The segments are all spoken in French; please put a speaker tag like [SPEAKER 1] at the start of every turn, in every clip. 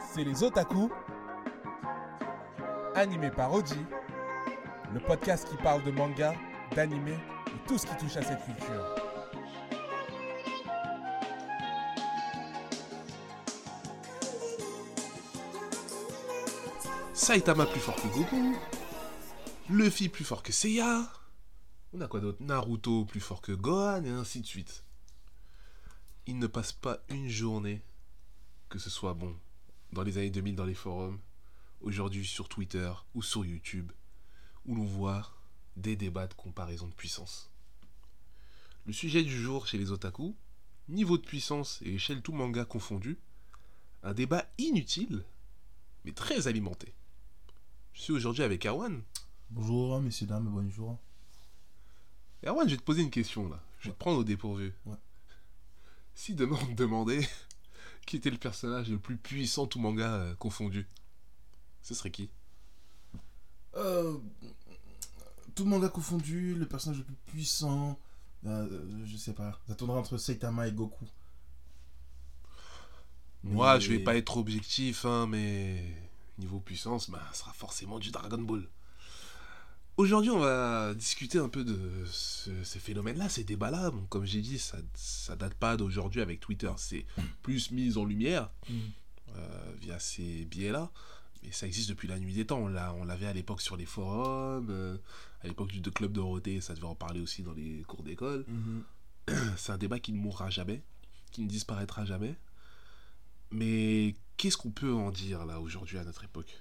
[SPEAKER 1] c'est les Otaku, animé par Oji, le podcast qui parle de manga, d'anime et tout ce qui touche à cette culture.
[SPEAKER 2] Saitama plus fort que Goku, Luffy plus fort que Seiya, on a quoi d'autre Naruto plus fort que Gohan et ainsi de suite. Il ne passe pas une journée que ce soit bon dans les années 2000 dans les forums, aujourd'hui sur Twitter ou sur YouTube, où l'on voit des débats de comparaison de puissance. Le sujet du jour chez les otaku, niveau de puissance et échelle tout manga confondu, un débat inutile, mais très alimenté. Je suis aujourd'hui avec Erwan.
[SPEAKER 3] Bonjour, messieurs, dames, bonjour.
[SPEAKER 2] Erwan, je vais te poser une question là. Je vais te prendre au dépourvu.
[SPEAKER 3] Ouais.
[SPEAKER 2] Si demain on te demandait qui était le personnage le plus puissant tout manga euh, confondu, ce serait qui
[SPEAKER 3] Euh, tout manga confondu, le personnage le plus puissant, euh, je sais pas, ça tournera entre Saitama et Goku.
[SPEAKER 2] Moi,
[SPEAKER 3] Mais-
[SPEAKER 2] je vais pas être objectif, hein, mais niveau puissance, bah, ce sera forcément du Dragon Ball. Aujourd'hui, on va discuter un peu de ce- ces phénomènes-là, ces débats-là. Bon, comme j'ai dit, ça, ça date pas d'aujourd'hui avec Twitter. C'est plus mis en lumière
[SPEAKER 3] Mm.
[SPEAKER 2] euh, via ces biais-là. Mais ça existe depuis la nuit des temps. On l'a- on l'avait à l'époque sur les forums, euh, à l'époque du de Club Dorothée, ça devait en parler aussi dans les cours d'école
[SPEAKER 3] Mm-hmm.
[SPEAKER 2] c'est un débat qui ne mourra jamais, qui ne disparaîtra jamais. Mais qu'est-ce qu'on peut en dire là aujourd'hui à notre époque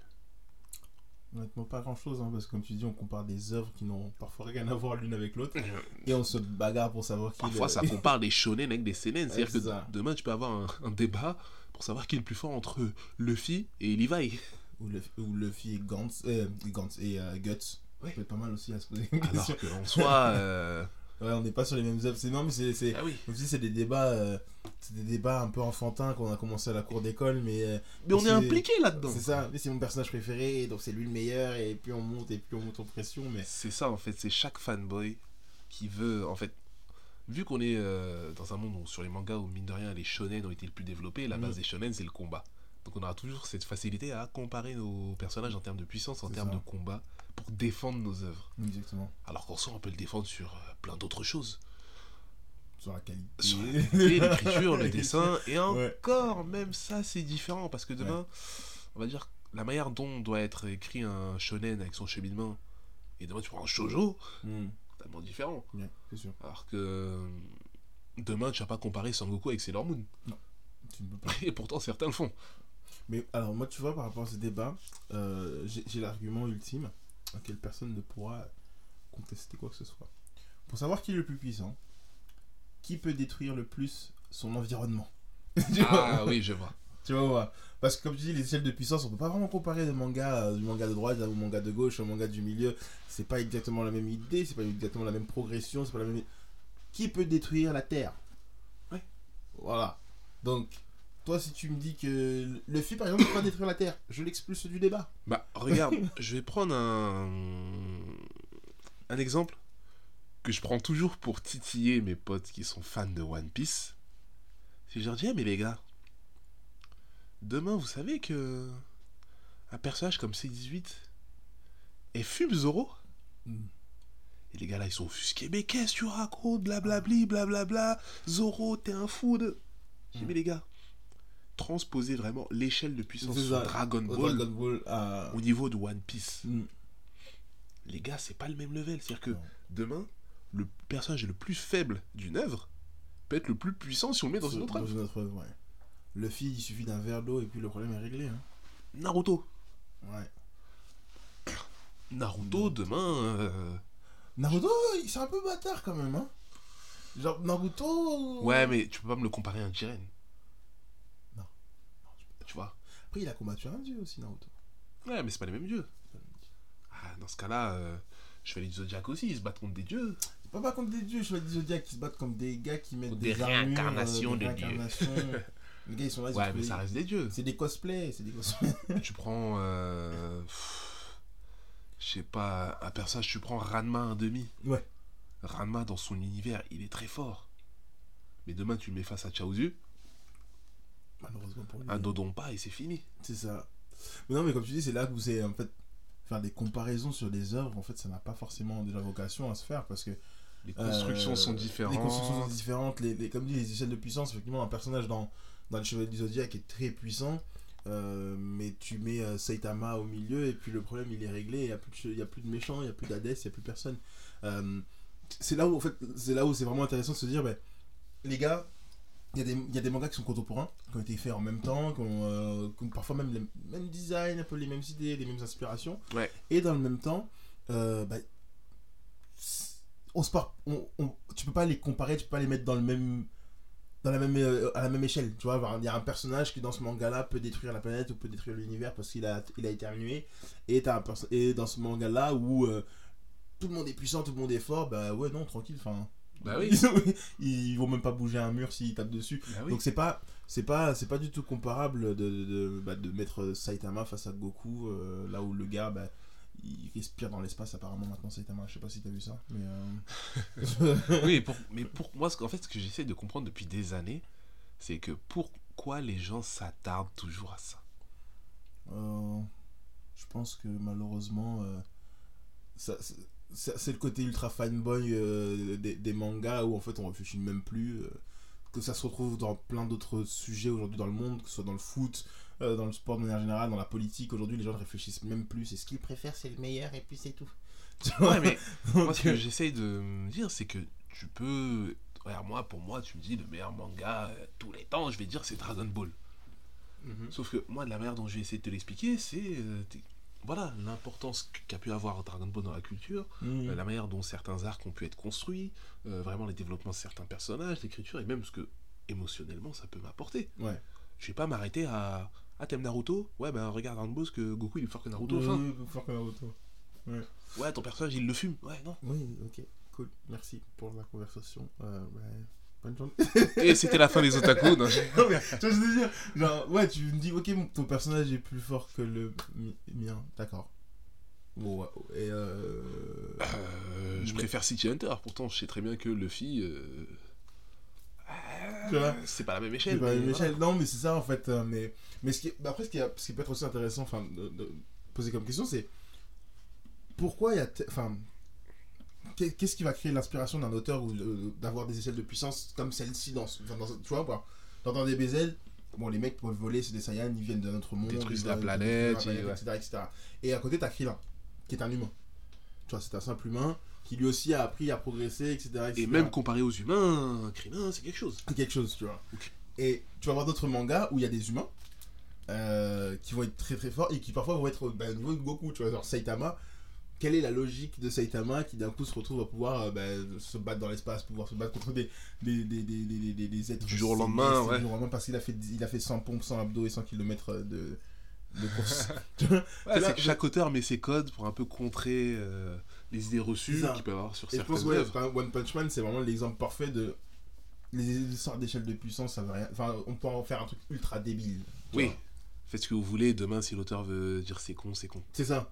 [SPEAKER 3] Honnêtement, pas grand chose, parce que comme tu dis, on compare des œuvres qui n'ont parfois rien à voir l'une avec l'autre et on se bagarre pour savoir qui
[SPEAKER 2] Parfois,
[SPEAKER 3] est-
[SPEAKER 2] ça compare des shonen avec des seinen. C'est-à-dire
[SPEAKER 3] c'est ça.
[SPEAKER 2] que demain, tu peux avoir un, un débat pour savoir qui est le plus fort entre Luffy et Levi.
[SPEAKER 3] ou, Luffy- ou Luffy et Gantz, euh, Gantz et euh, Guts.
[SPEAKER 2] Ouais.
[SPEAKER 3] Ça peut être pas mal aussi à se poser une
[SPEAKER 2] Alors
[SPEAKER 3] question.
[SPEAKER 2] qu'en soi. euh,
[SPEAKER 3] Ouais, on n'est pas sur les mêmes œuvres. C'est non, mais c'est. c'est-
[SPEAKER 2] Ah oui.
[SPEAKER 3] Comme tu dis, c'est des débats. euh, c'est des débats un peu enfantins qu'on a commencé à la cour d'école, mais. euh,
[SPEAKER 2] Mais on est
[SPEAKER 3] C'est-
[SPEAKER 2] impliqué là-dedans.
[SPEAKER 3] C'est ça, mais c'est mon personnage préféré, donc c'est lui le meilleur, et puis on monte, et puis on monte en pression, mais...
[SPEAKER 2] C'est ça en fait, c'est chaque fanboy qui veut en fait. Vu qu'on est euh, dans un monde où sur les mangas où mine de rien les shonen ont été le plus développés, la
[SPEAKER 3] Mm.
[SPEAKER 2] base des shonen c'est le combat. Donc on aura toujours cette facilité à comparer nos personnages en termes de puissance, en
[SPEAKER 3] C'est
[SPEAKER 2] termes
[SPEAKER 3] ça.
[SPEAKER 2] de combat, pour défendre nos œuvres.
[SPEAKER 3] Exactement.
[SPEAKER 2] Alors qu'en soi on peut le défendre sur euh, plein d'autres choses.
[SPEAKER 3] Sur la qualité.
[SPEAKER 2] Sur la qualité, l'écriture, le dessin, et
[SPEAKER 3] Ouais.
[SPEAKER 2] encore même ça c'est différent parce que demain, on va dire la manière dont doit être écrit un shonen avec son cheminement, et demain tu prends un shoujo,
[SPEAKER 3] Hmm,
[SPEAKER 2] totalement différent.
[SPEAKER 3] bien, c'est sûr.
[SPEAKER 2] Alors que euh, demain, tu vas pas comparer Sangoku avec Sailor Moon.
[SPEAKER 3] Tu ne peux pas.
[SPEAKER 2] Et pourtant, certains le font.
[SPEAKER 3] Mais alors, moi, tu vois, par rapport à ce débat, euh, j'ai j'ai l'argument ultime, auquel personne ne pourra contester quoi que ce soit. Pour savoir qui est le plus puissant, qui peut détruire le plus son environnement Tu vois
[SPEAKER 2] Ah oui, je vois.
[SPEAKER 3] Tu vois, ouais. parce que comme tu dis, les échelles de puissance, on peut pas vraiment comparer le manga euh, du manga de droite au manga de gauche au manga du milieu. C'est pas exactement la même idée, c'est pas exactement la même progression, c'est pas la même. Qui peut détruire la Terre
[SPEAKER 2] Ouais.
[SPEAKER 3] Voilà. Donc, toi, si tu me dis que le film, par exemple, peut pas détruire la Terre, je l'expulse du débat.
[SPEAKER 2] Bah, regarde, je vais prendre un... un exemple que je prends toujours pour titiller mes potes qui sont fans de One Piece. C'est que je leur dis, Ah, mais les gars, demain, vous savez que un personnage comme C18 est fume Zoro
[SPEAKER 3] Mm.
[SPEAKER 2] Et les gars là, ils sont offusqués. Mais qu'est-ce que tu racontes Blablabli, blablabla. Zoro, t'es un fou de. J'ai dit,
[SPEAKER 3] Mm.
[SPEAKER 2] mais les gars, transposer vraiment l'échelle de puissance
[SPEAKER 3] C'est
[SPEAKER 2] sur
[SPEAKER 3] ça.
[SPEAKER 2] Dragon
[SPEAKER 3] Au
[SPEAKER 2] Ball
[SPEAKER 3] Dragon Ball, à-
[SPEAKER 2] au niveau de One Piece.
[SPEAKER 3] Mm.
[SPEAKER 2] Les gars, c'est pas le même level. C'est-à-dire que
[SPEAKER 3] Non.
[SPEAKER 2] demain, le personnage le plus faible d'une œuvre peut être le plus puissant si on le met dans
[SPEAKER 3] Sur-
[SPEAKER 2] une autre œuvre.
[SPEAKER 3] œuvre, ouais. Le film, il suffit d'un verre d'eau et puis le problème est réglé. hein.
[SPEAKER 2] Naruto.
[SPEAKER 3] Ouais.
[SPEAKER 2] Naruto, demain. euh,
[SPEAKER 3] Naruto, il- c'est un peu bâtard quand même. Hein. Genre, Naruto.
[SPEAKER 2] Ouais, mais tu peux pas me le comparer à un Jiren.
[SPEAKER 3] Non.
[SPEAKER 2] Tu vois
[SPEAKER 3] Après, il a combattu un dieu aussi, Naruto.
[SPEAKER 2] Ouais, mais c'est pas les mêmes dieux. Ah, dans ce cas-là, euh, Chevalier du Zodiac aussi, ils se battent contre des dieux.
[SPEAKER 3] C'est pas, pas contre des dieux, je vois des zodiacs qui se battent comme des gars qui mettent
[SPEAKER 2] Ou
[SPEAKER 3] des,
[SPEAKER 2] des
[SPEAKER 3] armures, euh,
[SPEAKER 2] réincarnations de dieux.
[SPEAKER 3] réincarnations. Les gars, ils sont là, ils
[SPEAKER 2] Ouais,
[SPEAKER 3] sont
[SPEAKER 2] mais
[SPEAKER 3] tous
[SPEAKER 2] ça
[SPEAKER 3] les-
[SPEAKER 2] reste des dieux.
[SPEAKER 3] C'est des cosplays, c'est des cosplays.
[SPEAKER 2] tu prends. euh, pff, Je sais pas, un personnage, tu prends Ranma un demi.
[SPEAKER 3] Ouais.
[SPEAKER 2] Ranma dans son univers, il est très fort. Mais demain, tu le mets face à Chaozu.
[SPEAKER 3] malheureusement pour lui.
[SPEAKER 2] Un dodon pas et c'est fini.
[SPEAKER 3] C'est ça. Mais non, mais comme tu dis, c'est là que vous allez en fait faire des comparaisons sur des œuvres. En fait, ça n'a pas forcément déjà vocation à se faire parce que
[SPEAKER 2] Les constructions
[SPEAKER 3] euh,
[SPEAKER 2] sont différentes.
[SPEAKER 3] Les constructions sont différentes. Les, les- comme dit, les échelles de puissance, effectivement, un personnage dans, dans le Chevalier du Zodiac est très puissant. euh, mais tu mets euh, Saitama au milieu et puis le problème il est réglé. Il n'y a, plus de che- il y a plus de méchants, il n'y a plus d'Hadès, il n'y a plus personne. Euh, c'est là où en fait, c'est là où c'est vraiment intéressant de se dire, ben, les gars, il y, a des- il y a des mangas qui sont contemporains, qui ont été faits en même temps, qui ont, euh, qui ont parfois même les mêmes designs, un peu les mêmes idées, les mêmes inspirations.
[SPEAKER 2] Ouais.
[SPEAKER 3] Et dans le même temps, euh, bah, on se par... on, on- tu peux pas les comparer, tu peux pas les mettre dans le même dans la même euh, à la même échelle, tu vois, il y a un personnage qui dans ce manga-là peut détruire la planète ou peut détruire l'univers parce qu'il a il a éternué et t'as un perso- et dans ce manga-là où euh, tout le monde est puissant, tout le monde est fort, bah ouais non, tranquille, enfin
[SPEAKER 2] Bah oui.
[SPEAKER 3] ils, ont- ils vont même pas bouger un mur s'ils tapent dessus.
[SPEAKER 2] Bah oui.
[SPEAKER 3] Donc c'est pas c'est pas c'est pas du tout comparable de de, de- bah, de mettre Saitama face à Goku euh, là où le gars bah, il respire dans l'espace apparemment maintenant Saitama. Je sais pas si t'as vu ça, mais euh,
[SPEAKER 2] Oui, pour- mais pour moi, ce qu'en fait, ce que j'essaie de comprendre depuis des années, c'est que pourquoi les gens s'attardent toujours à ça
[SPEAKER 3] euh, je pense que malheureusement euh, ça. c'est- ça- c'est le côté ultra fanboy euh, des, des mangas où en fait on réfléchit même plus. euh, que ça se retrouve dans plein d'autres sujets aujourd'hui dans le monde, que ce soit dans le foot, euh, dans le sport de manière générale, dans la politique. Aujourd'hui, les gens ne réfléchissent même plus. C'est ce qu'ils préfèrent, c'est le meilleur, et puis c'est tout. Tu
[SPEAKER 2] Ouais,
[SPEAKER 3] vois
[SPEAKER 2] mais moi, ce
[SPEAKER 3] Donc,
[SPEAKER 2] que j'essaie de me dire, c'est que tu peux. Regarde, moi, pour moi, tu me dis le meilleur manga euh, tous les temps, je vais dire c'est Dragon Ball.
[SPEAKER 3] Mhm.
[SPEAKER 2] Sauf que moi, de la manière dont je vais essayer de te l'expliquer, c'est. euh, t'es- voilà, l'importance qu'a pu avoir Dragon Ball dans la culture,
[SPEAKER 3] Mhm.
[SPEAKER 2] euh, la manière dont certains arcs ont pu être construits, euh, vraiment les développements de certains personnages, l'écriture, et même ce que émotionnellement ça peut m'apporter.
[SPEAKER 3] Ouais.
[SPEAKER 2] Je vais pas m'arrêter à. Ah, t'aimes Naruto Ouais, ben regarde Dragon Ball, parce que Goku il est plus fort que Naruto,
[SPEAKER 3] Oui,
[SPEAKER 2] enfin.
[SPEAKER 3] oui, oui, fort Euh, comme un auto.
[SPEAKER 2] Ouais, ton personnage il le fume. Ouais, non.
[SPEAKER 3] Oui, ok, cool. Merci pour la conversation. Euh, bah, bonne journée.
[SPEAKER 2] Et c'était la fin des otaku. non, j'ai-
[SPEAKER 3] Non, mais, tu vois ce que je veux dire Genre, ouais, tu me dis, ok, mon- ton personnage est plus fort que le mi- mien, d'accord. Bon, ouais, et euh...
[SPEAKER 2] Euh, je préfère City Hunter, pourtant je sais très bien que Luffy. euh,
[SPEAKER 3] Tu vois
[SPEAKER 2] C'est pas la même
[SPEAKER 3] c'est
[SPEAKER 2] échelle.
[SPEAKER 3] pas la
[SPEAKER 2] mais
[SPEAKER 3] même
[SPEAKER 2] voilà.
[SPEAKER 3] échelle. Bah, Non, mais c'est ça, en fait. euh, Mais, mais ce qui, bah, après, ce qui, est- ce qui peut être aussi intéressant, enfin, de, de poser comme question, c'est pourquoi il y a... te- Enfin, qu'est- qu'est-ce qui va créer l'inspiration d'un auteur ou de- d'avoir des échelles de puissance comme celle-ci dans, ce- enfin, dans ce- Tu vois, quoi dans, dans des BZ, bon, les mecs peuvent voler, c'est des Saiyans, ils viennent de notre monde.
[SPEAKER 2] Détruisent
[SPEAKER 3] ils
[SPEAKER 2] la
[SPEAKER 3] veulent-
[SPEAKER 2] planète,
[SPEAKER 3] détruire la
[SPEAKER 2] et ouais.
[SPEAKER 3] etc., etc. Et à côté, t'as Krillin, qui est un humain. Tu vois, c'est un simple humain qui lui aussi a appris à progresser, etc. etc.
[SPEAKER 2] Et même comparé aux humains, un crimin, c'est quelque chose.
[SPEAKER 3] C'est quelque chose, tu vois.
[SPEAKER 2] Ok.
[SPEAKER 3] Et tu vas voir d'autres mangas où il y a des humains euh, qui vont être très très forts et qui parfois vont être bah, au niveau de Goku, tu vois, genre Saitama. Quelle est la logique de Saitama qui d'un coup se retrouve à pouvoir euh, bah, se battre dans l'espace, pouvoir se battre contre des, des, des, des, des, des- des- des êtres
[SPEAKER 2] Du jour au
[SPEAKER 3] célestes,
[SPEAKER 2] lendemain, ouais.
[SPEAKER 3] Du jour au lendemain parce qu'il a fait, il a fait 100 pompes, 100 abdos et 100 km de, de course. Tu vois
[SPEAKER 2] Ouais,
[SPEAKER 3] là,
[SPEAKER 2] c'est que
[SPEAKER 3] je-
[SPEAKER 2] chaque auteur met ses codes pour un peu contrer euh, les idées reçues
[SPEAKER 3] C'est ça.
[SPEAKER 2] qu'il peut avoir sur
[SPEAKER 3] Et je pense
[SPEAKER 2] certaines
[SPEAKER 3] ouais,
[SPEAKER 2] œuvres.
[SPEAKER 3] par exemple, One Punch Man, c'est vraiment l'exemple parfait de les histoires d'échelle de puissance, ça veut rien. Enfin, on peut en faire un truc ultra débile. tu
[SPEAKER 2] Oui.
[SPEAKER 3] vois.
[SPEAKER 2] Faites ce que vous voulez, demain si l'auteur veut dire c'est con, c'est con.
[SPEAKER 3] C'est ça.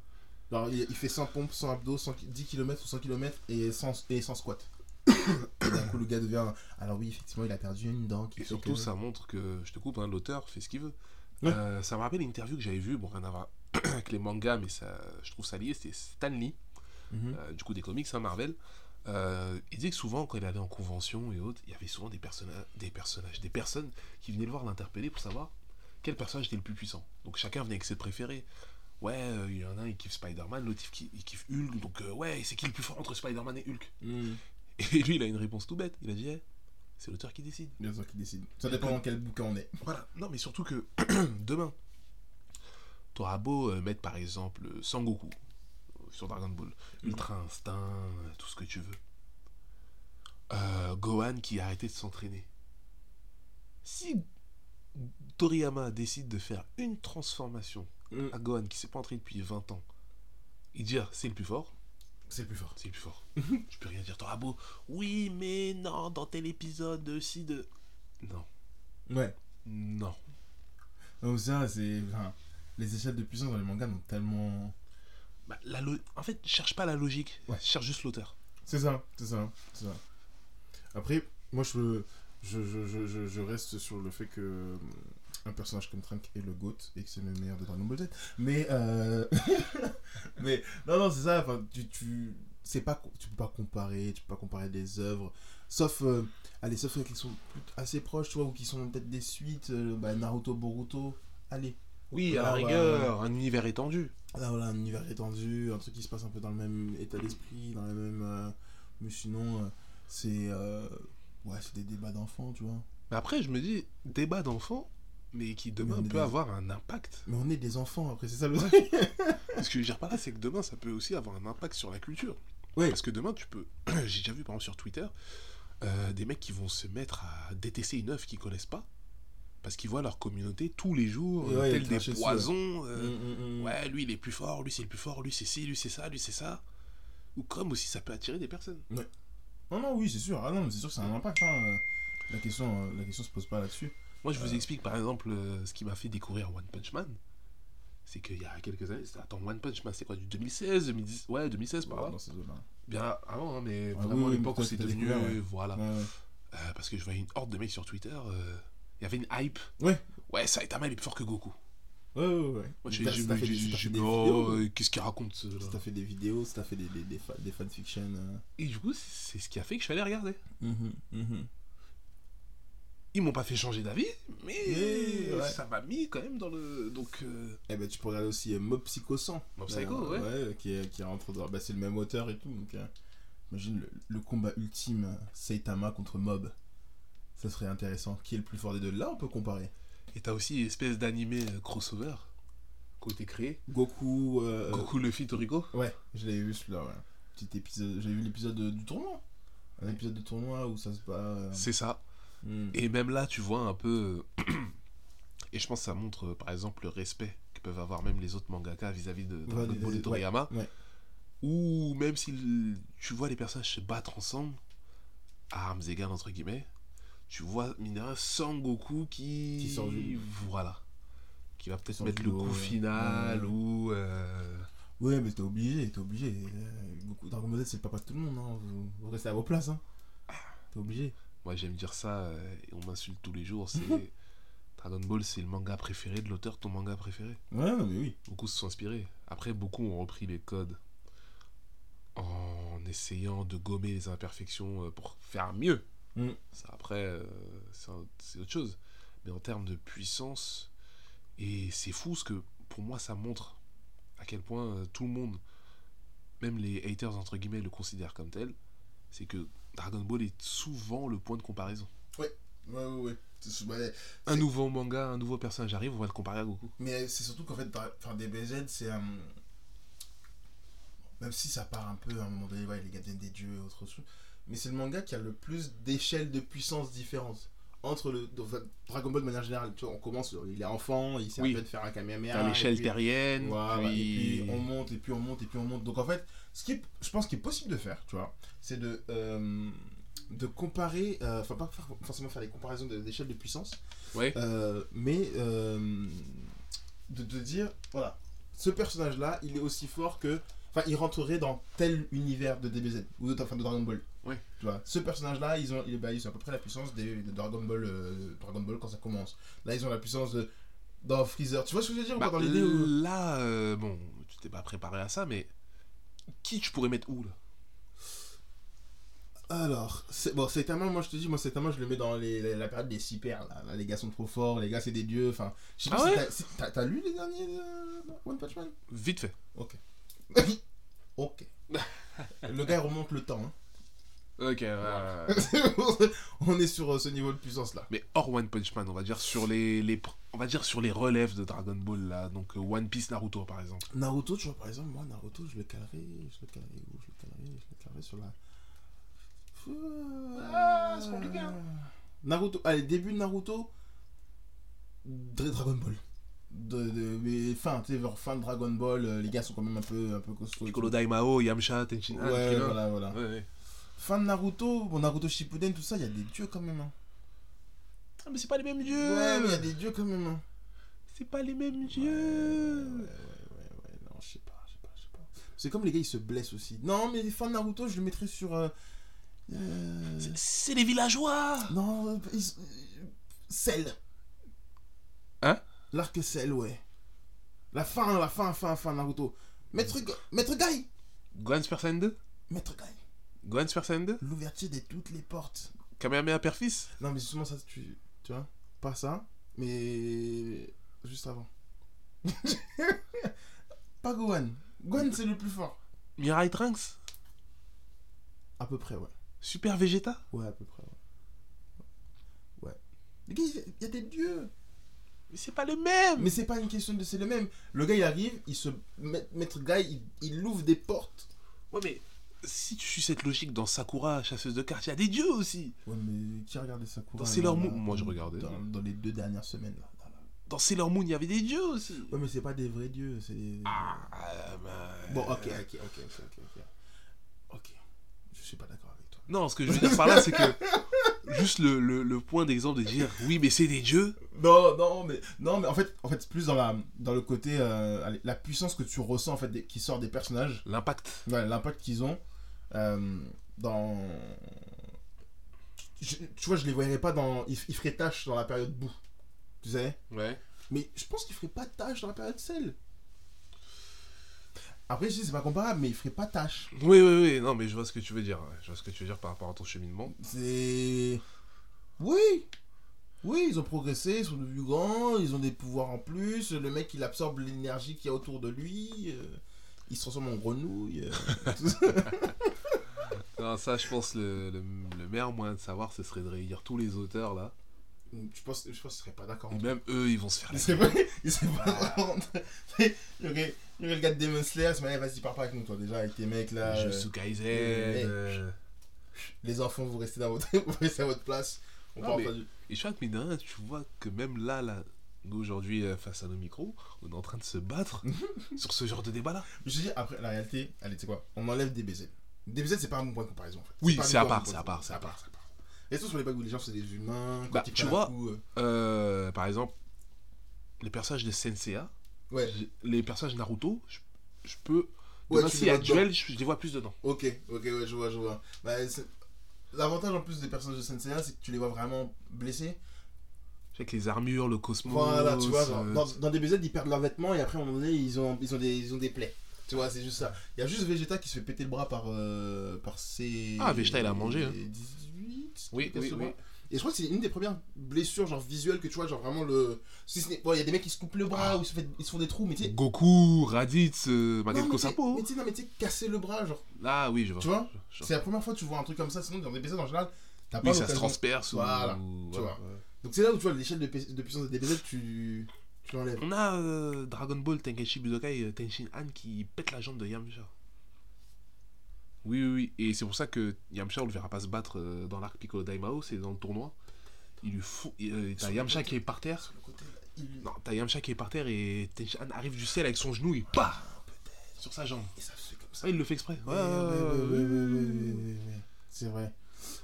[SPEAKER 3] Alors, il, il fait 100 pompes, 100 abdos, 100 10 km ou 100 km et 100, et 100 squats. et d'un coup, le gars devient. Alors, oui, effectivement, il a perdu une dent. qui
[SPEAKER 2] Et
[SPEAKER 3] fait
[SPEAKER 2] surtout,
[SPEAKER 3] que-
[SPEAKER 2] ça montre que, je te coupe, hein, l'auteur fait ce qu'il veut.
[SPEAKER 3] Ouais.
[SPEAKER 2] Euh, ça me rappelle une interview que j'avais vue, bon, rien à voir avec les mangas, mais ça, je trouve ça lié, c'était Stan Lee,
[SPEAKER 3] Mhm.
[SPEAKER 2] euh, du coup des comics, hein, Marvel. Euh, il disait que souvent, quand il allait en convention et autres, il y avait souvent des, personnages, des personnages, des personnes qui venaient le voir l'interpeller pour savoir quel personnage était le plus puissant. Donc chacun venait avec ses préférés. Ouais, euh, il y en a un, il kiffe Spider-Man, l'autre, il kiffe- il kiffe Hulk. Donc, euh, ouais, c'est qui le plus fort entre Spider-Man et Hulk
[SPEAKER 3] Mhm.
[SPEAKER 2] Et lui, il a une réponse tout bête. Il a dit, Eh, c'est l'auteur qui décide.
[SPEAKER 3] Bien sûr qu'il décide. Ça dépend dans quel bouquin on est.
[SPEAKER 2] Voilà, non mais surtout que demain, t'auras beau euh, mettre par exemple euh, Sangoku euh, sur Dragon Ball, Ultra Instinct, euh, tout ce que tu veux. Euh, Gohan qui a arrêté de s'entraîner. Si Toriyama décide de faire une transformation
[SPEAKER 3] Mm.
[SPEAKER 2] à Gohan qui s'est pas entraîné depuis 20 ans, et dire c'est le plus fort,
[SPEAKER 3] C'est le plus fort.
[SPEAKER 2] c'est le plus fort. Je peux rien dire, t'auras beau. Oui, mais non, dans tel épisode, euh, si de. Non,
[SPEAKER 3] Ouais.
[SPEAKER 2] non.
[SPEAKER 3] Donc, ça, c'est. enfin, les échelles de puissance dans les mangas sont tellement.
[SPEAKER 2] Bah, la lo- En fait, cherche pas la logique,
[SPEAKER 3] Ouais.
[SPEAKER 2] cherche juste l'auteur.
[SPEAKER 3] C'est ça, c'est ça, c'est ça. Après, moi je, je, je, je, je- je reste sur le fait que euh, un personnage comme Trunk est le GOAT et que c'est le meilleur de Dragon Ball Z. Mais, euh, mais non, non, c'est ça. enfin, Tu, tu, c'est pas, co- tu peux pas comparer, tu peux pas comparer des œuvres. Sauf, euh, allez, sauf ceux qui sont plus- assez proches, tu vois, ou qui sont peut-être des suites. euh, bah, Naruto, Boruto. Allez,
[SPEAKER 2] Oui, à la
[SPEAKER 3] Alors,
[SPEAKER 2] rigueur, un univers étendu.
[SPEAKER 3] là, voilà, un univers étendu, un truc qui se passe un peu dans le même état d'esprit, dans la même. euh, mais sinon, euh, c'est. euh, ouais, c'est des débats d'enfants, tu vois.
[SPEAKER 2] Mais après, je me dis, débat d'enfants, mais qui demain
[SPEAKER 3] Mais on est
[SPEAKER 2] peut
[SPEAKER 3] des-
[SPEAKER 2] avoir un impact.
[SPEAKER 3] Mais on est des enfants après, c'est ça le truc.
[SPEAKER 2] Ce que je veux dire par là, c'est que demain, ça peut aussi avoir un impact sur la culture.
[SPEAKER 3] Oui.
[SPEAKER 2] Parce que demain, tu peux. J'ai déjà vu, par exemple, sur Twitter, euh, des mecs qui vont se mettre à détester une œuvre qu'ils connaissent pas. Parce qu'ils voient leur communauté tous les jours,
[SPEAKER 3] Et
[SPEAKER 2] euh,
[SPEAKER 3] ouais,
[SPEAKER 2] tels des
[SPEAKER 3] cracher dessus,
[SPEAKER 2] poisons.
[SPEAKER 3] Mm,
[SPEAKER 2] euh,
[SPEAKER 3] mm, mm.
[SPEAKER 2] Ouais, lui, il est plus fort, lui, c'est le plus fort, lui, c'est ci, lui, c'est ça, lui, c'est ça. Ou comme aussi, ça peut attirer des personnes.
[SPEAKER 3] Non, non, oui, c'est sûr. Ah non, mais c'est sûr que c'est un impact. hein. Euh, La question, euh, la question se pose pas là-dessus.
[SPEAKER 2] Moi, je vous
[SPEAKER 3] Euh.
[SPEAKER 2] explique, par exemple, euh, ce qui m'a fait découvrir One Punch Man. C'est qu'il y a quelques années, c'était- attends, One Punch Man, c'est quoi, du 2016, 2010 Bah Ouais, 2016, par là.
[SPEAKER 3] Dans ces zones-là.
[SPEAKER 2] Bien avant, hein, mais
[SPEAKER 3] Ah oui,
[SPEAKER 2] vraiment à
[SPEAKER 3] oui,
[SPEAKER 2] l'époque où
[SPEAKER 3] mais
[SPEAKER 2] c'est
[SPEAKER 3] t'as
[SPEAKER 2] devenu.
[SPEAKER 3] découvert, ouais.
[SPEAKER 2] Voilà.
[SPEAKER 3] Ouais, ouais.
[SPEAKER 2] Euh, parce que je voyais une horde de mecs sur Twitter. euh, Il y avait une hype.
[SPEAKER 3] Ouais.
[SPEAKER 2] Ouais, Saitama, il est plus fort que Goku.
[SPEAKER 3] Ouais, ouais, ouais.
[SPEAKER 2] Moi,
[SPEAKER 3] Si
[SPEAKER 2] j'ai
[SPEAKER 3] t'as-
[SPEAKER 2] j'ai-
[SPEAKER 3] si t'as fait
[SPEAKER 2] j'ai-
[SPEAKER 3] des- si
[SPEAKER 2] j'ai-
[SPEAKER 3] t'as fait
[SPEAKER 2] mais
[SPEAKER 3] des
[SPEAKER 2] oh,
[SPEAKER 3] vidéos,
[SPEAKER 2] euh, qu'est-ce qu'il raconte ce-
[SPEAKER 3] si t'as fait des vidéos, si t'as fait des, des, des, fa- des fanfictions. euh.
[SPEAKER 2] Et du coup, c'est ce qui a fait que je suis allé regarder. Mm-hmm, Ils m'ont pas fait changer d'avis, mais
[SPEAKER 3] Mais, ouais.
[SPEAKER 2] ça m'a mis quand même dans le. Donc, euh,
[SPEAKER 3] Eh ben, tu peux regarder aussi euh, Mob Psycho 100.
[SPEAKER 2] Mob Psycho, ouais.
[SPEAKER 3] Euh, Ouais, qui est, qui est entre. dans- Bah, c'est le même auteur et tout. Donc, euh, imagine le, le combat ultime euh, Saitama contre Mob. Ça serait intéressant. Qui est le plus fort des deux Là, on peut comparer.
[SPEAKER 2] Et t'as aussi une espèce d'animé euh, crossover qui a été créé.
[SPEAKER 3] Goku. euh,
[SPEAKER 2] Goku, Luffy, Toriko.
[SPEAKER 3] Ouais, je l'avais vu celui-là, ouais. Petit épisode, j'avais vu l'épisode de- du tournoi. Un épisode du tournoi où ça se bat. euh,
[SPEAKER 2] C'est ça.
[SPEAKER 3] hmm.
[SPEAKER 2] Et même là, tu vois un peu. euh, Et je pense que ça montre, euh, par exemple, le respect que peuvent avoir même les autres mangaka vis-à-vis de Dragon
[SPEAKER 3] des-
[SPEAKER 2] Ball et
[SPEAKER 3] des-
[SPEAKER 2] Toriyama.
[SPEAKER 3] ouais, ouais.
[SPEAKER 2] Ou même si l- tu vois les personnages se battre ensemble, à armes égales, entre guillemets, tu vois, mine de rien, Sangoku qui.
[SPEAKER 3] Qui sort du-
[SPEAKER 2] Voilà. Qui va peut-être
[SPEAKER 3] sort
[SPEAKER 2] mettre
[SPEAKER 3] du
[SPEAKER 2] le
[SPEAKER 3] lot,
[SPEAKER 2] coup
[SPEAKER 3] ouais.
[SPEAKER 2] final
[SPEAKER 3] Ouais.
[SPEAKER 2] ou. euh,
[SPEAKER 3] Ouais, mais t'es obligé, t'es obligé. Euh, Goku Dragon Ball Z, c'est le papa de tout le monde, hein. Vous, vous restez à vos places, hein. T'es obligé.
[SPEAKER 2] Moi, j'aime dire ça, euh, et on m'insulte tous les jours, c'est. Dragon Ball, c'est le manga préféré de l'auteur, de ton manga préféré.
[SPEAKER 3] Ouais, non, mais oui.
[SPEAKER 2] Beaucoup se sont inspirés. Après, beaucoup ont repris les codes en essayant de gommer les imperfections euh, pour faire mieux.
[SPEAKER 3] Mm.
[SPEAKER 2] Ça, après, euh, c'est un- c'est autre chose. Mais en termes de puissance, et c'est fou ce que pour moi ça montre à quel point euh, tout le monde, même les haters entre guillemets, le considèrent comme tel. C'est que Dragon Ball est souvent le point de comparaison.
[SPEAKER 3] Ouais, ouais, ouais.
[SPEAKER 2] Un
[SPEAKER 3] C'est-
[SPEAKER 2] nouveau manga, un nouveau personnage arrive, on va le comparer à Goku.
[SPEAKER 3] Mais c'est surtout qu'en fait, par- enfin, DBZ, c'est un. Même si ça part un peu à un moment donné, ouais, les gars deviennent des dieux et autre chose. Mais c'est le manga qui a le plus d'échelles de puissance différentes. Entre le. dans- enfin, Dragon Ball de manière générale, tu vois, on commence, il est enfant, il sait
[SPEAKER 2] Oui.
[SPEAKER 3] à peine faire un Kamehameha.
[SPEAKER 2] T'as
[SPEAKER 3] Ah, et
[SPEAKER 2] l'échelle
[SPEAKER 3] puis-
[SPEAKER 2] terrienne,
[SPEAKER 3] Voilà,
[SPEAKER 2] puis- Bah,
[SPEAKER 3] et puis on monte, et puis on monte, et puis on monte. Donc en fait, ce qui est- je pense qu'il est possible de faire, tu vois, c'est de, euh, de comparer, euh, enfin pas faire- forcément faire des comparaisons de- d'échelle de puissance,
[SPEAKER 2] Ouais.
[SPEAKER 3] euh, mais euh, de, de dire, voilà, ce personnage-là, il est aussi fort que... Enfin, il rentrerait dans tel univers de DBZ, ou de, enfin, de Dragon Ball.
[SPEAKER 2] Ouais.
[SPEAKER 3] Tu vois, ce personnage-là, ils ont, ils, bah, ils ont à peu près la puissance des, de Dragon Ball, euh, Dragon Ball quand ça commence. Là, ils ont la puissance de... Dans Freezer, tu vois ce que je veux dire ou
[SPEAKER 2] Bah,
[SPEAKER 3] pas dans l'idée hein. où-
[SPEAKER 2] Là, euh, bon, tu t'es pas préparé à ça, mais qui tu pourrais mettre où là
[SPEAKER 3] Alors, c'est- bon, Saitama, moi je te dis, moi Saitama, je le mets dans les, la, la période des super, là. Là, Les gars sont trop forts, les gars c'est des dieux, enfin. Je sais pas
[SPEAKER 2] Ah
[SPEAKER 3] si
[SPEAKER 2] ouais
[SPEAKER 3] t'as- si t'as t'as lu les derniers euh, One Punch Man
[SPEAKER 2] Vite fait.
[SPEAKER 3] Ok. le gars il remonte le temps. hein.
[SPEAKER 2] Ok,
[SPEAKER 3] On est sur euh, ce niveau de puissance là.
[SPEAKER 2] mais hors One Punch Man, on va dire sur les, les pr- on va dire sur les relèves de Dragon Ball là, donc euh, One Piece, Naruto par exemple.
[SPEAKER 3] Naruto, tu vois, par exemple, moi Naruto, je le calerais, je le calerais où Je le calerais, je le calerais sur la.
[SPEAKER 2] Ah, c'est compliqué, hein.
[SPEAKER 3] Naruto, allez, début de Naruto, Dra- Dragon Ball. De, de- mais fin, tu sais, genre fin de Dragon Ball, euh, les gars sont quand même un peu, un peu costauds. et
[SPEAKER 2] Piccolo
[SPEAKER 3] tout.
[SPEAKER 2] Daimao, Yamcha, Tenshin. Han,
[SPEAKER 3] hein, Ouais,
[SPEAKER 2] Krillin.
[SPEAKER 3] voilà, voilà.
[SPEAKER 2] Ouais, ouais.
[SPEAKER 3] Fin de Naruto, bon, Naruto Shippuden, tout ça, il y a des dieux quand même. hein.
[SPEAKER 2] Ah, mais c'est pas les mêmes dieux.
[SPEAKER 3] Ouais, mais il y a des dieux quand même. hein.
[SPEAKER 2] C'est pas les mêmes
[SPEAKER 3] Ouais, ouais,
[SPEAKER 2] dieux.
[SPEAKER 3] ouais, ouais, non, je sais pas, je sais pas, je sais pas. C'est comme les gars, ils se blessent aussi. Non, mais les fans de Naruto, je le mettrais sur. euh, euh,
[SPEAKER 2] C'est- C'est les villageois.
[SPEAKER 3] Non, euh, ils... Cell.
[SPEAKER 2] Hein
[SPEAKER 3] L'arc sel, ouais. La fin, la fin, fin, fin, Naruto. Maître, Ga- Maître Guy
[SPEAKER 2] Gohan Super Saiyan 2
[SPEAKER 3] Maître Guy.
[SPEAKER 2] Gohan Super Saiyan 2
[SPEAKER 3] L'ouverture de toutes les portes.
[SPEAKER 2] Kamehameha Père-Fils
[SPEAKER 3] Non, mais justement, ça, tu, tu vois, pas ça, mais juste avant. pas Gohan. Gohan, c'est le plus fort.
[SPEAKER 2] Mirai Trunks
[SPEAKER 3] À peu près, ouais.
[SPEAKER 2] Super Vegeta
[SPEAKER 3] Ouais, à peu près, ouais. Ouais. Les gars, il y a des dieux.
[SPEAKER 2] Mais c'est pas le même
[SPEAKER 3] Mais c'est pas une question de c'est le même. Le gars, il arrive, il se. Ma- Maître Guy, il, il ouvre des portes.
[SPEAKER 2] Ouais, mais si tu suis cette logique dans Sakura, chasseuse de cartes, il y a des dieux aussi
[SPEAKER 3] Ouais, mais qui a regardé Sakura
[SPEAKER 2] Dans Sailor
[SPEAKER 3] là,
[SPEAKER 2] Moon-
[SPEAKER 3] là,
[SPEAKER 2] moi, je regardais.
[SPEAKER 3] Dans, dans les deux dernières semaines, là. là, là.
[SPEAKER 2] Dans Sailor Moon, il y avait des dieux aussi
[SPEAKER 3] Ouais, mais c'est pas des vrais dieux, c'est des. Euh,
[SPEAKER 2] Ah, bah...
[SPEAKER 3] Bon, ok, ok, ok, ok, ok, ok. Ok. Je suis pas d'accord avec toi.
[SPEAKER 2] Non, ce que je veux dire par là, c'est que... Juste le, le- le point d'exemple de dire, oui, mais c'est des dieux
[SPEAKER 3] Non, non, mais non, mais en fait, en fait, c'est plus dans la dans le côté euh, allez, la puissance que tu ressens en fait des- qui sort des personnages,
[SPEAKER 2] L'impact
[SPEAKER 3] voilà, l'impact qu'ils ont euh, dans. Je- tu vois, je les voyerais pas dans. Ils, ils feraient tâche dans la période boue, tu sais.
[SPEAKER 2] Ouais.
[SPEAKER 3] Mais je pense qu'il ferait pas tâche dans la période sel. Après, je sais, c'est pas comparable, mais il ferait pas tâche.
[SPEAKER 2] Oui, oui, oui, non, mais je vois ce que tu veux dire. ouais. Je vois ce que tu veux dire par rapport à ton cheminement.
[SPEAKER 3] C'est. Oui! Oui, ils ont progressé, ils sont devenus grands, ils ont des pouvoirs en plus. Le mec, il absorbe l'énergie qu'il y a autour de lui. euh, il se transforme en grenouille. euh, tout ça.
[SPEAKER 2] Non, ça, je pense, le, le, le meilleur moyen de savoir, ce serait de réunir tous les auteurs, là.
[SPEAKER 3] je pense je pense qu'ils seraient pas d'accord.
[SPEAKER 2] Et même eux, ils vont se faire
[SPEAKER 3] Ils
[SPEAKER 2] la
[SPEAKER 3] seraient pas, ils seraient pas d'accord. Il y aurait il y aurait le gars de Demon Slayer, ce mec, vas-y, pars pas avec nous, toi, déjà, avec tes mecs là. euh,
[SPEAKER 2] Jutsu Kaisen.
[SPEAKER 3] mais-
[SPEAKER 2] euh,
[SPEAKER 3] les enfants, vous restez, dans votre, vous restez à votre place. On
[SPEAKER 2] Non,
[SPEAKER 3] parle
[SPEAKER 2] mais-
[SPEAKER 3] pas du-
[SPEAKER 2] Et je crois que, mine de rien, tu vois que même là, là, nous aujourd'hui, euh, face à nos micros, on est en train de se battre sur ce genre de débat-là.
[SPEAKER 3] Je te dis, après, la réalité, allez, tu sais quoi On enlève DBZ. DBZ, c'est pas un bon point de comparaison, en fait.
[SPEAKER 2] Oui,
[SPEAKER 3] pas
[SPEAKER 2] c'est à
[SPEAKER 3] du tout un
[SPEAKER 2] part,
[SPEAKER 3] bon
[SPEAKER 2] c'est
[SPEAKER 3] point
[SPEAKER 2] à
[SPEAKER 3] de
[SPEAKER 2] part,
[SPEAKER 3] comparaison.
[SPEAKER 2] c'est à part.
[SPEAKER 3] Et surtout sur les bagues où les gens, c'est des humains. quand
[SPEAKER 2] Bah,
[SPEAKER 3] ils
[SPEAKER 2] tu
[SPEAKER 3] prennent un
[SPEAKER 2] vois-
[SPEAKER 3] coup, euh,
[SPEAKER 2] Euh, par exemple, les personnages de Senseiya,
[SPEAKER 3] Ouais,
[SPEAKER 2] j- les personnages Naruto, je, je peux...
[SPEAKER 3] Ouais,
[SPEAKER 2] demain,
[SPEAKER 3] tu les
[SPEAKER 2] s'il y a
[SPEAKER 3] vois dedans.
[SPEAKER 2] duel, je, je les vois plus dedans.
[SPEAKER 3] ok, ok, ouais, je vois, je vois. Bah, c'est- L'avantage en plus des personnages de Senseiya, c'est que tu les vois vraiment blessés.
[SPEAKER 2] Avec les armures, le cosmos...
[SPEAKER 3] Voilà, tu vois, genre,
[SPEAKER 2] euh,
[SPEAKER 3] dans, dans DBZ, ils perdent leurs vêtements et après, à un moment donné, ils ont, ils ont, des, ils ont des plaies. Tu vois, c'est juste ça. Il y a juste Vegeta qui se fait péter le bras par, euh, par ses.
[SPEAKER 2] Ah, Vegeta, il a mangé, hein.
[SPEAKER 3] 18
[SPEAKER 2] Oui, oui,
[SPEAKER 3] Vegeta,
[SPEAKER 2] oui.
[SPEAKER 3] Et je crois que c'est une des premières blessures genre visuelles que tu vois, genre vraiment le. Si ce n'est- bon, il y a des mecs qui se coupent le bras
[SPEAKER 2] Ah.
[SPEAKER 3] ou ils se, fait- ils se font des trous, mais tu sais.
[SPEAKER 2] Goku, Raditz, euh,
[SPEAKER 3] Non, mais
[SPEAKER 2] Makoto
[SPEAKER 3] tu sais-
[SPEAKER 2] Sapo.
[SPEAKER 3] mais tu sais, non, mais tu sais, casser le bras, genre.
[SPEAKER 2] Ah oui, je vois.
[SPEAKER 3] Tu vois
[SPEAKER 2] Je- je-
[SPEAKER 3] C'est la première fois que tu vois un truc comme ça, sinon dans des BZ en général, t'as pas
[SPEAKER 2] Oui, ça se
[SPEAKER 3] l'occasion.
[SPEAKER 2] transperce. ou-
[SPEAKER 3] Voilà,
[SPEAKER 2] ou-
[SPEAKER 3] tu
[SPEAKER 2] voilà.
[SPEAKER 3] vois. Donc c'est là où tu vois l'échelle de, pu- de puissance des BZ, tu. Tu l'enlèves.
[SPEAKER 2] On a euh, Dragon Ball Tenkaichi Budokai euh, Tenshin Han qui pète la jambe de Yamcha. Oui, oui, oui. Et c'est pour ça que Yamcha, on le verra pas se battre euh, dans l'arc Piccolo Daimao, c'est dans le tournoi. Il lui fout. et, euh, t'as Yamcha qui est par terre.
[SPEAKER 3] Sur le côté, là, il-
[SPEAKER 2] Non, t'as Yamcha qui est par terre et Tenshin Han arrive du ciel avec son genou et bah Sur sa jambe.
[SPEAKER 3] Et ça se fait comme ça.
[SPEAKER 2] Ça, il le fait exprès. Ouais,
[SPEAKER 3] Ouais, ouais, ouais,
[SPEAKER 2] ouais,
[SPEAKER 3] ouais,
[SPEAKER 2] ouais,
[SPEAKER 3] ouais,
[SPEAKER 2] ouais,
[SPEAKER 3] ouais, ouais, ouais. C'est vrai.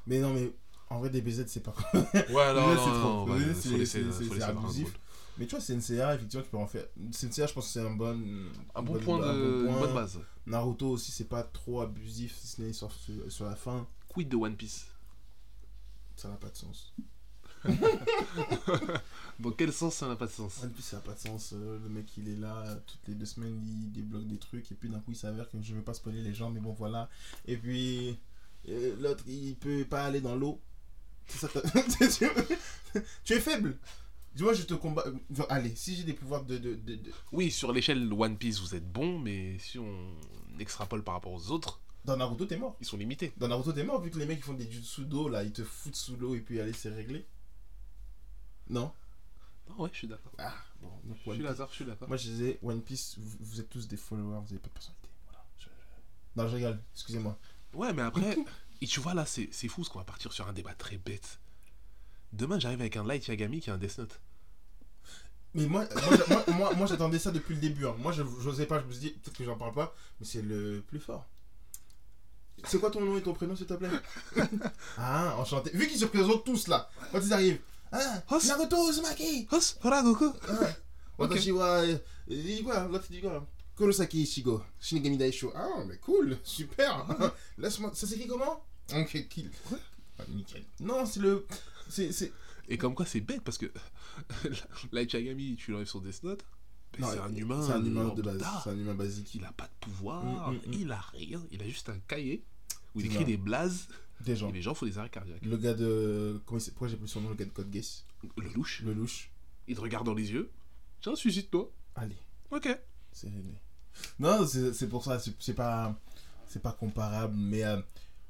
[SPEAKER 3] Mais non, mais en vrai, des BZ, c'est pas.
[SPEAKER 2] ouais. Ouais, non,
[SPEAKER 3] Là,
[SPEAKER 2] non,
[SPEAKER 3] c'est
[SPEAKER 2] non,
[SPEAKER 3] trop.
[SPEAKER 2] ouais,
[SPEAKER 3] Ouais,
[SPEAKER 2] faut
[SPEAKER 3] c'est-
[SPEAKER 2] laisser-
[SPEAKER 3] c'est-
[SPEAKER 2] faut
[SPEAKER 3] c'est-
[SPEAKER 2] laisser
[SPEAKER 3] c'est
[SPEAKER 2] Dragon
[SPEAKER 3] abusif.
[SPEAKER 2] Ball.
[SPEAKER 3] Mais tu vois, CNCA, effectivement, tu peux en faire. CNCA, je pense que c'est un bon.
[SPEAKER 2] Un
[SPEAKER 3] une
[SPEAKER 2] bon
[SPEAKER 3] bonne-
[SPEAKER 2] point
[SPEAKER 3] un
[SPEAKER 2] de
[SPEAKER 3] bon
[SPEAKER 2] une
[SPEAKER 3] point.
[SPEAKER 2] bonne base.
[SPEAKER 3] Naruto aussi, c'est pas trop abusif, si ce n'est sur, sur- sur la fin,
[SPEAKER 2] Quid de One Piece
[SPEAKER 3] ça n'a pas de sens.
[SPEAKER 2] Dans quel sens ça n'a pas de sens
[SPEAKER 3] One Piece, ça n'a pas de sens. euh, le mec, il est là, euh, toutes les deux semaines, il débloque des trucs, et puis d'un coup, il s'avère que je veux pas spoiler les gens, mais bon, voilà. Et puis, euh, l'autre, il peut pas aller dans l'eau. C'est ça, t'as- tu es faible! Dis-moi, je te combats. Enfin, Allez, si j'ai des pouvoirs de- de- de, de,
[SPEAKER 2] Oui, sur l'échelle One Piece, vous êtes bon, mais si on extrapole par rapport aux autres,
[SPEAKER 3] Dans Naruto, t'es mort.
[SPEAKER 2] ils sont limités.
[SPEAKER 3] Dans Naruto, t'es mort vu que les mecs ils font des jutsu d'eau là, ils te foutent sous l'eau et puis allez, c'est réglé. Non
[SPEAKER 2] Non, ouais, je suis d'accord.
[SPEAKER 3] Ah, bon, donc
[SPEAKER 2] Je
[SPEAKER 3] One
[SPEAKER 2] suis
[SPEAKER 3] Piece.
[SPEAKER 2] d'accord, je suis d'accord.
[SPEAKER 3] Moi je disais, One Piece, vous, vous êtes tous des followers, vous avez pas de personnalité. Voilà. je- je- Non, je rigole, excusez-moi.
[SPEAKER 2] Ouais, mais après, et tu vois là, c'est c'est fou ce qu'on va partir sur un débat très bête. Demain, j'arrive avec un Light Yagami qui a un Death Note.
[SPEAKER 3] Mais moi, moi, j'a- moi, moi- moi, j'attendais ça depuis le début. hein. Moi, je n'osais pas, je me suis dit, peut-être que j'en parle pas, mais c'est le plus fort. C'est quoi ton nom et ton prénom, s'il te plaît Ah, enchanté. Vu qu'ils se présentent tous là, quand ils arrivent. Ah,
[SPEAKER 2] Os-
[SPEAKER 3] Naruto Uzumaki
[SPEAKER 2] Os, voilà Goku
[SPEAKER 3] Ah.
[SPEAKER 2] Ok.
[SPEAKER 3] Watashi wa. euh, Il dit quoi L'autre il dit quoi Kurosaki Ishigo, Shinigami Daisho. Ah, mais cool, super. Laisse-moi. Ça s'écrit comment Ok, kill. Ah, nickel. Non, c'est le. C'est. c'est-
[SPEAKER 2] Et comme quoi, c'est bête parce que Light Yagami, tu l'enlèves sur Death Note, ben,
[SPEAKER 3] Non,
[SPEAKER 2] c'est un humain.
[SPEAKER 3] C'est un humain de
[SPEAKER 2] lambda.
[SPEAKER 3] base. C'est un humain basique.
[SPEAKER 2] Il a pas de pouvoir,
[SPEAKER 3] Mm, mm, mm.
[SPEAKER 2] il a rien, il a juste un cahier où il
[SPEAKER 3] C'est
[SPEAKER 2] écrit
[SPEAKER 3] ça.
[SPEAKER 2] des blazes
[SPEAKER 3] Des gens.
[SPEAKER 2] et les gens font des arrêts cardiaques.
[SPEAKER 3] Le gars de. Comment il s'est- Pourquoi j'ai plus son nom Le gars de Code Geass
[SPEAKER 2] Le louche,
[SPEAKER 3] Le louche.
[SPEAKER 2] il te regarde dans les yeux. Tiens, suicide-toi.
[SPEAKER 3] Allez,
[SPEAKER 2] Ok.
[SPEAKER 3] c'est réglé. Non, c'est c'est pour ça. C'est c'est pas. C'est pas comparable. Mais, euh,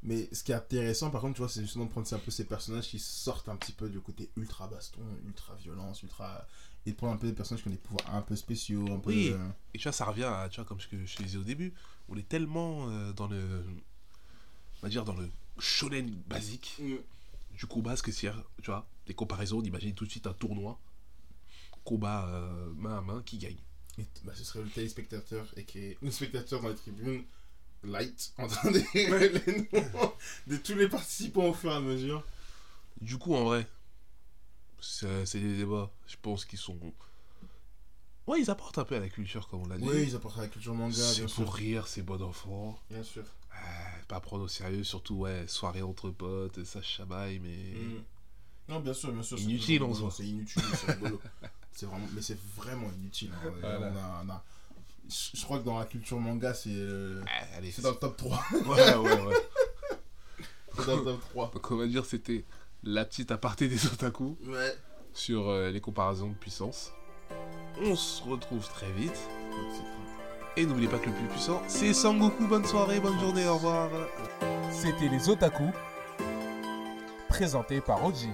[SPEAKER 3] mais ce qui est intéressant, par contre, tu vois, c'est justement de prendre un peu ces personnages qui sortent un petit peu du côté ultra baston, ultra violence, ultra. Et de prendre un peu des personnages qui ont des pouvoirs un peu spéciaux, un peu.
[SPEAKER 2] Oui.
[SPEAKER 3] euh,
[SPEAKER 2] Et tu vois, ça revient à, tu vois, comme ce que je te disais au début, on est tellement euh, dans le. On va dire dans le shonen basique du combat, ce que c'est, tu vois, des comparaisons, on imagine tout de suite un tournoi, combat euh, main à main, qui gagne.
[SPEAKER 3] Et t- bah, ce serait le téléspectateur et qui est le spectateur dans les tribunes light en train de les noms de tous les participants au fur et à mesure.
[SPEAKER 2] Du coup, en vrai, c'est c'est des débats, je pense qu'ils sont. Ouais, ils apportent un peu à la culture, comme on l'a dit.
[SPEAKER 3] Oui, ils apportent la culture manga, bien
[SPEAKER 2] c'est
[SPEAKER 3] sûr.
[SPEAKER 2] pour rire, c'est bon enfant.
[SPEAKER 3] Bien sûr.
[SPEAKER 2] Euh, pas prendre au sérieux, surtout, ouais, soirée entre potes, ça se chamaille, mais.
[SPEAKER 3] Mm. Non, bien sûr, bien sûr. c'est
[SPEAKER 2] Inutile,
[SPEAKER 3] toujours
[SPEAKER 2] en
[SPEAKER 3] rigolo,
[SPEAKER 2] soi.
[SPEAKER 3] C'est inutile, c'est rigolo. C'est vraiment, mais c'est vraiment inutile. hein.
[SPEAKER 1] Voilà.
[SPEAKER 3] On a- on a- Je je crois que dans la culture manga, c'est euh,
[SPEAKER 2] Ah, allez,
[SPEAKER 3] c'est dans le top 3.
[SPEAKER 2] Ouais, ouais, ouais.
[SPEAKER 3] C'est dans le top 3.
[SPEAKER 2] Donc on va dire c'était la petite aparté des otaku
[SPEAKER 3] Ouais.
[SPEAKER 2] sur euh, les comparaisons de puissance. On se retrouve très vite. Et n'oubliez pas que le plus puissant, c'est Sangoku. Bonne soirée, bonne journée, au revoir.
[SPEAKER 1] C'était les Otaku, présenté par Oji.